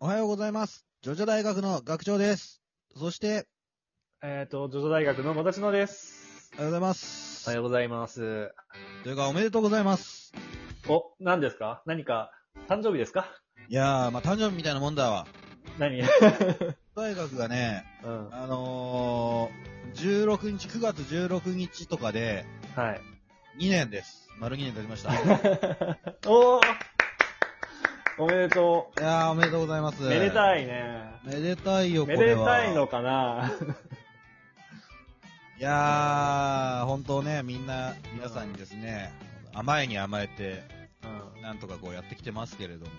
おはようございます。ジョジョ大学の学長です。そして、えっ、と、ジョジョ大学のもたちのです。おはようございます。ようございます。というか、おめでとうございます。お、何ですか何か、誕生日ですかいやー、まあ、誕生日みたいなもんだわ。何大学がね、うん。あのー、16日、9月16日とかで、 はい。 2年です。丸2年経ちま した。いおーおめでとやー、おめでとうございます。う。めでたいね。めでたいよ、こめれでは。たいのかないやー、本当ね、みんな、皆さんにですね、甘えに甘えて、うん。なんとかこうやってきてますけれども。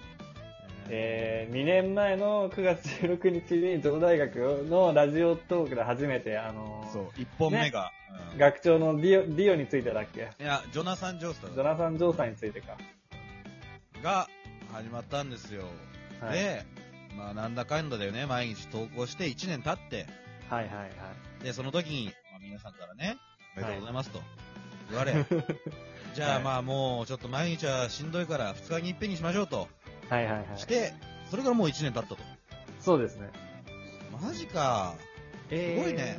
えー、2年前の9月16日に、ジョジョ大学のラジオトークで初めて、あのーそう、1本目が。うん学長のディオ、ディオについてだっけいや、ジョナサン・ジョースタージョナサン・ジョーさんについてか。が始まったんですよ。はい。で、まあ、なんだかんだだよね、毎日投稿して1年経って、はいはいはい。で、その時に、まあ、皆さんからね、おめでとうございますと言われ、 じゃあ、はいまあもうちょっと毎日はしんどいから2日にいっぺんにしましょうとはいはいはい。して、それからもう1年経ったと。そうですね。マジか。すごいね。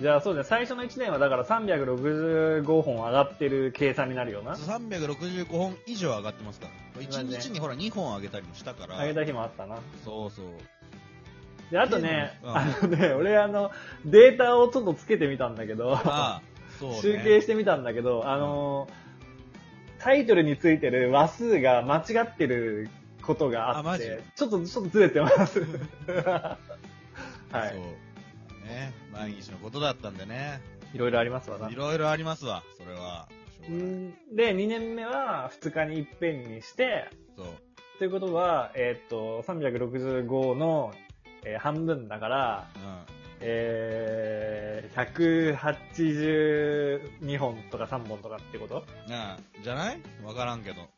じゃあそうだね、最初の1年はだから365本上がってる計算になるよな。 365本以上上がってますから。そうだ1ね日にほら2本上げたりもしたから。上げた日もあったな。そう そう。で、あとね、うんあのね、俺あの、データをちょっとつけてみたんだけど、まあ、そうね。集計してみたんだけど、あの、タイトルについてる話数が間違ってることがああマっジて、ちょっと、ちょっとずれてます。 はそうい。。ね、毎日のことだったんでね。いろいろありますわな。いろいろありますわ、それは。しょうがないで、2年目は2日にいっぺんにして、そう。ということは、えーっと、365の、えー半分だから、うん。えー、182本とか3本とかってことなあ、じゃないわからんけど。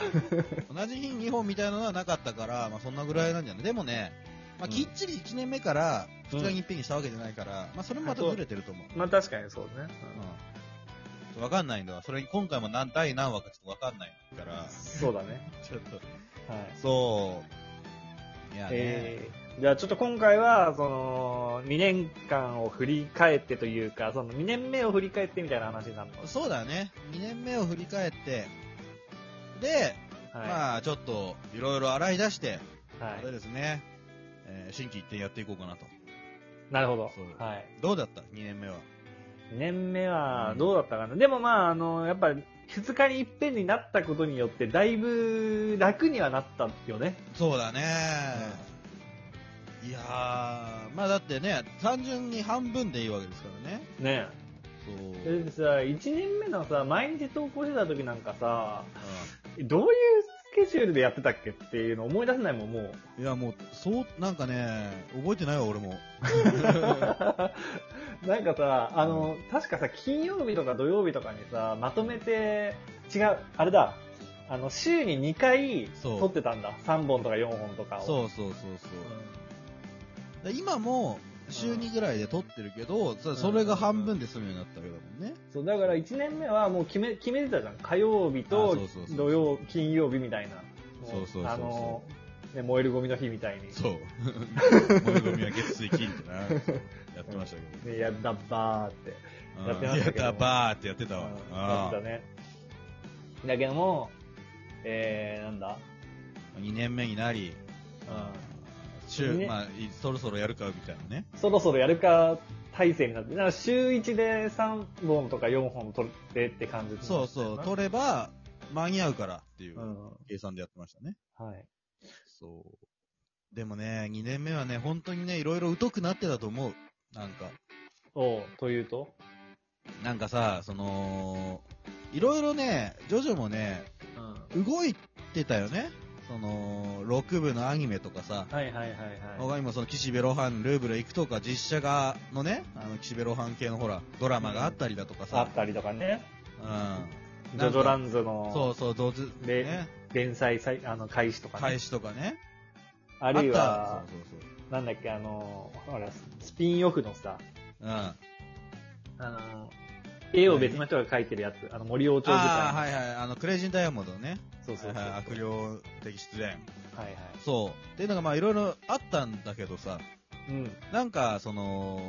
同じ日に2本みたいなのはなかったから、まあそんなぐらいなんじゃないでもね、まあうんきっちり1年目からうん2日に1遍にしたわけじゃないから、まあそれもまたずれてると思う。まあ確かにそうね。うん。わかんないんだわ。それに今回も何、第何話かちょっとわかんないから、そうだね。ちょっと、はい。そう。いやね、えー、じゃあちょっと今回は、その、2年間を振り返ってというか、その2年目を振り返ってみたいな話になるの。そうだね。2年目を振り返って、で、はい。まあ、ちょっと、いろいろ洗い出して、はあれい。ですね、えー、新規一転やっていこうかなと。なるほどそう。はい。どうだった ?2 年目は。 2年目はどうだったかな、でもまあ、あの、やっぱ2日に一遍になったことによって、だいぶ楽にはなったよね。そうだね、いやー、まあだってね、単純に半分でいいわけですからね。ねそう。だってさ、1年目のさ、毎日投稿してた時なんかさ、うどういうスケジュールでやってたっけっていうの思い出せないもん、もう。んいや、もう、そう、なんかね、覚えてないわ、俺も。 なんかさ、あの、確かさ、金曜日とか土曜日とかにさ、まとめて、違う、あれだ、あの、週に2回そう撮ってたんだ。3本とか4本とかを。そうそうそうそうう。んで今も、週2ぐらいで撮ってるけど、そそれが半分で済むようになったわけだもんね。そう、だから1年目はもう決め、決めてたじゃん。火曜日あとそうそうそう土曜、金曜日みたいな。もそうそうそうそうあの、ね、燃えるゴミの日みたいに。 そう。燃えゴミは月水金ってな、やってましたけど。ね、やったばーって。うんやってましたけどやったばーってやってたわ。うんやっあてたね。だけども、えー、なんだ2年目になり、週、ねまあ、いそろそろやるかみたいなね。そろそろやるか体制になって、だから週1で3本とか4本取ってって感じそうそう、取れば間に合うからっていうう。うんは計算でやってましたね。い。そう。でもね、2年目はね、本当にね、いろいろ疎くなってたと思う。なんか、おうというとなんかさ、その、いろいろね、ジョジョもね、うん。動いてたよね。その、6部のアニメとかさ、はいはいはいは他にもその岸辺露伴ルーブル行くとか実写がのねあの岸辺露伴系のほらドラマがあったりだとかい。あさっ、たりとかね。うん、ジョジョランンズの。そうそう同時でね連載さいあの開始とかね開。始とかねあるいあはっ、たそうそうなんだっけ、あの、ほら、スピンオフのさ、そううんあの、絵を別の人が描いてるやつ。あの、森王朝舞ああ、台。はいはい。あの、クレイジーダイヤモンドのね。そうそうそう。はいはいは悪霊的失恋。いはい。そう。っていうのが、まあ、いろいろあったんだけどさ、うん。なんか、その、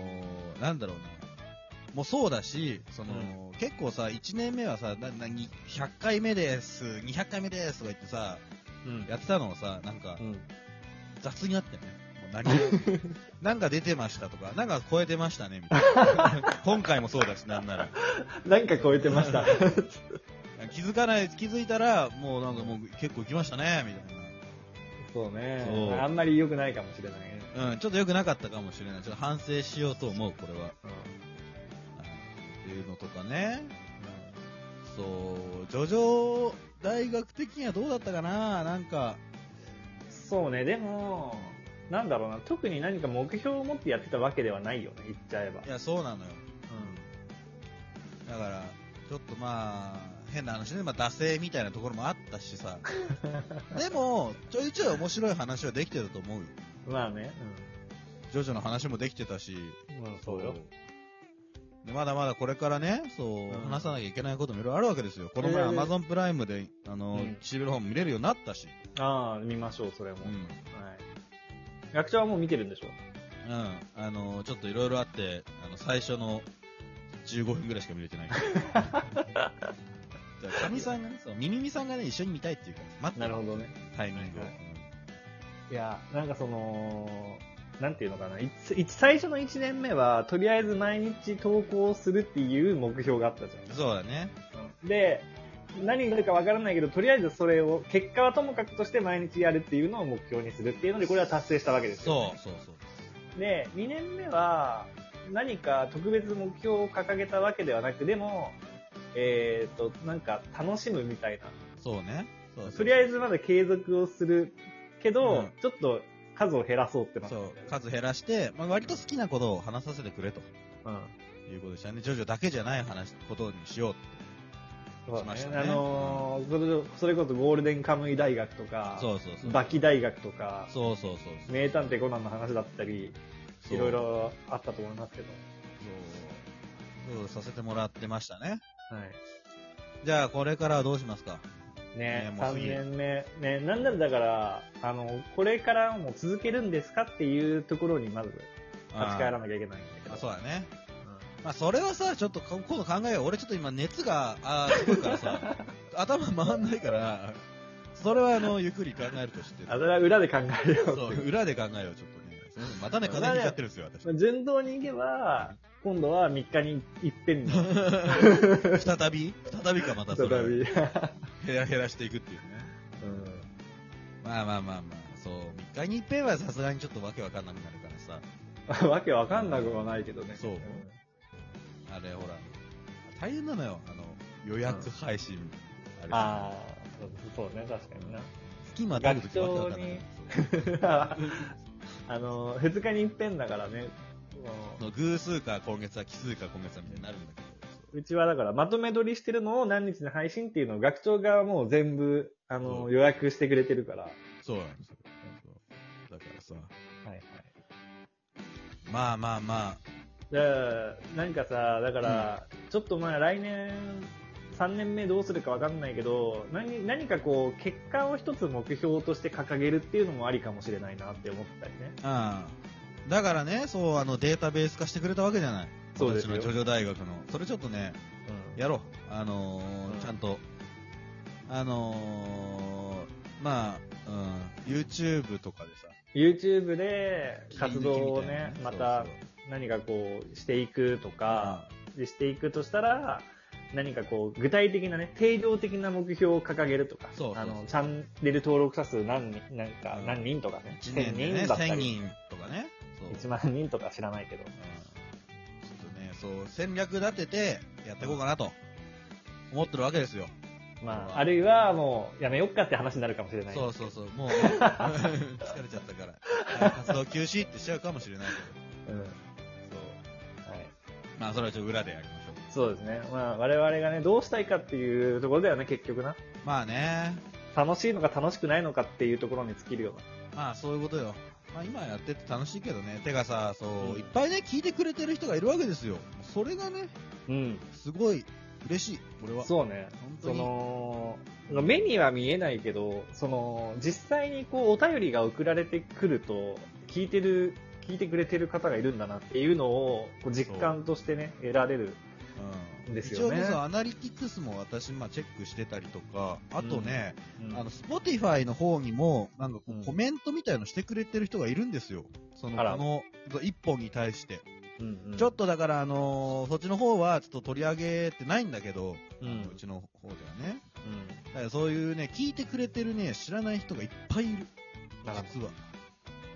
なんだろうな。もうそうだし、その、結構さ、1年目はさ、な、な、に100回目です、200回目ですとか言ってさ、うん。やってたのをさ、なんかう、ん。雑になってね。もう何もなんか出てましたとか、なんか超えてましたね、みたいな。今回もそうだし、なんなら。なんか超えてま した。気づかない、気づいたら、もうなんかもう結構来ましたね、みたいな。そうねそうあんまり良くないかもしれないね。うん、ちょっと良くなかったかもしれない。ちょっと反省しようと思う、これは。はいっていうのとかね。そう、ジョジョ大学的にはどうだったかななんか、そうね、でも、なんだろうな、特に何か目標を持ってやってたわけではないよね、言っちゃえばい。や、そうなのよ。だから、ちょっとまあ、変な話ね、まあ、惰性みたいなところもあったし さ。でも、ちょいちょい面白い話はできてたと思うよ。うん。まあね、ジョジョの話もできてたし。うん。うん、そうよ。でまだまだこれからね、そう、うん話さなきゃいけないこともいろいろあるわけですよ。この前えー Amazon プライムで、あの、うんシビルホーム見れるようになったし。ああ、見ましょう、それも。うん。はい。学長はもう見てるんでしょうん。あの、ちょっといろいろあって、あの、最初の15分ぐらいしか見れ てないけど。かみさんがね、そう、みみみさんがね、一緒に見たいっていうから、待ってどね。タイミングを。はいはいいや、なんかその、なんていうのかな、いついつ最初の1年目は、とりあえず毎日投稿するっていう目標があったじうんそうだね。ゃん。で、何があるかわからないけど、とりあえずそれを、結果はともかくとして毎日やるっていうのを目標にするっていうので、これは達成したわけですよ、そうそうそう。で、2年目は、何か特別目標を掲げたわけではなく、でも、えっ、と、なんか楽しむみたいな。そうね。そうそうとりあえずまだ継続をするけうど、んちょっと数を減らそうってなったそんうだよね、数減らして、まあ、割と好きなことを話させてくれとうん。いうことでしたね。ジョジョだけじゃない話、ことにしようって。そうだしましたねあのーそれこそそれこそゴールデンカムイ大学とか、そうそうそう。バキ大学とか、そうそうそうそう。名探偵コナンの話だったり、そういろいろあったと思いますけど。そう。そうさせてもらってましたね。はい。じゃあ、これからはどうしますかねね、もう3次年目。ね、なんならだから、あの、これからも続けるんですかっていうところにまず立ち返らなきゃいけないんだけど。あそうだね。うんまあ、それはさ、ちょっと今度考えよう。俺ちょっと今熱が、あーすごいから さ、頭回んないから、それはあの、ゆっくり考えるとして。あ、それは裏で考えるよっていそうう、裏で考えよう、ちょっとね。すいませんまたね、風邪ひいちゃってるんですよ、私。 まあ順当にいけば、今度は3日にいっぺんに、再び再びか、またそ再れ。び。減ら減らしていくっていうね。まあまあまあまあ、そう、3日に一遍はさすがにちょっとわけわかんなくなるからさ、うん、 わけわかんなくはないけどね。そうあれほら、大変なのよ、あの、予約配信。あれああ、そうね、確かにな。隙間取るときわけわかんないから。そう あの、2日に一遍だからね。その偶数か今月は奇数か今月はみたいになるんだけど。うちはだから、まとめ撮りしてるのを何日に配信っていうのを学長がもう全部、あその、う予約してくれてるから。はそうなんですよ。そうだからさ、いはい。まあまあまだから、なんかさ、だから、ちょっとまあ来年、3年目どうするかわかんないけど、何、何かこう、結果を一つ目標として掲げるっていうのもありかもしれないなって思ったりね。あ、うん。だからね、そう、あの、データベース化してくれたわけじゃない。そうですよ私のジョジョ大学の。それちょっとね、やろう。あのーうんちゃんと。あのーまあ、うん、YouTube とかでさ、 YouTube で活動切をり抜ねき、みまいなたね何かこうしていくとか、そうでしていくとしたら、何かこう具体的なね、定量的な目標を掲げるとか、そうそうそうあの、チャンネル登録者数何人、なんかうん何人とかね、そう1年でね、だった1000り、人とかね。そう1万人とか知らないけど、ちょっとね、そう、戦略立ててやっていこうかなと思ってるわけですよ。まあ、あるいはもうやめよっかって話になるかもしれない。そうそうそう、 もう、疲れちゃったから、活動休止ってしちゃうかもしれないうん。はい。けど、そう。まあ、それはちょっと裏でやりましょう。そうですね。まあ、我々がね、どうしたいかっていうところだよね、結局な。まあね、楽しいのか楽しくないのかっていうところに尽きるよまあそういうことよ。まあ今やってて楽しいけどね。てかさ、そうう、んいっぱいね、聞いてくれてる人がいるわけですよ。それがね、うな。うん。すごい嬉しい、俺は。そうね。本当そに。の、目には見えないけど、その、実際にこう、お便りが送られてくると、聞いてる、聞いてくれてる方がいるんだなっていうのを、こう実感としてね、得られる。うんです一よ応ねね、そうアナリティクスも私、まあ、チェックしてたりとか、あとね、うんあの、Spotify の方にも、なんかこううんコメントみたいのしてくれてる人がいるんですよ。その、あらこの、一本に対して。うんうんちょっとだから、あのーそっちの方はちょっと取り上げてないんだけど、うんあのうちの方ではね。だからそういうね、聞いてくれてるね、知らない人がいっぱいいる。うんなるほ実は。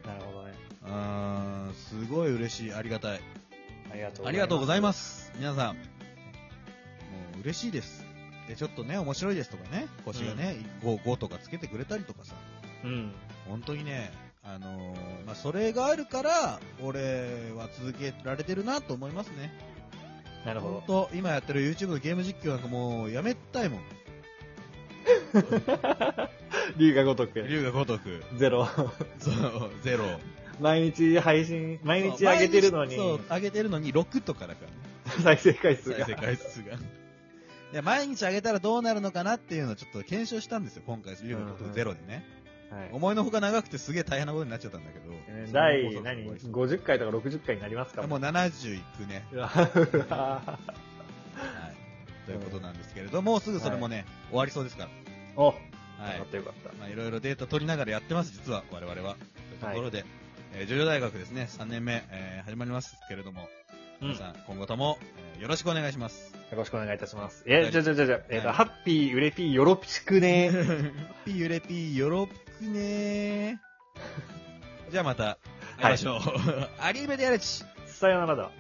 どなるほどね。うーん、すごい嬉しい。ありがたい。ありがとうありがとうございす。ます。皆さん。もう嬉しいです。で、ちょっとね、面白いですとかね、星がね、5、5とかつけてくれたりとかさ。うん。本当にね、あのーまあ、それがあるから、俺は続けられてるなと思いますね。なるほ本ど。当今やってる YouTube のゲーム実況なんかもうやめたいもん。龍が如く。龍が如く。ゼロ。 そう、ゼロ。毎日配信、毎日上げてるのに、そう、上げてるのに6とかだからね。 再生回数再が。生回数が。いや、毎日上げたらどうなるのかなっていうのをちょっと検証したんですよ、今回、龍が如くゼロでね。はい思いのほか長くてすげえ大変なことになっちゃったんだけど。えーそれ第、も何そうそう ?50 回とか60回になりますかもう70いくね。うわ うわはい。ということなんですけれども、すぐそれもね、終わりそうですかお、ら。はいよかっ。たよかった。まあ、いろいろデータ取りながらやってます、実は、我々は。というところで、えー、ジョジョ大学ですね、3年目、えー始まりますけれども、うん皆さん、今後とも、えーよろしくお願いします。よろしくお願いいたします。はえ、いじゃじゃじゃじゃ、えっはと、いハッピー、ウレピー、よろしくね ピーゆれピーよろぴく ねー。じゃあまた、会いましょう。アリーベディアレチさよならだ。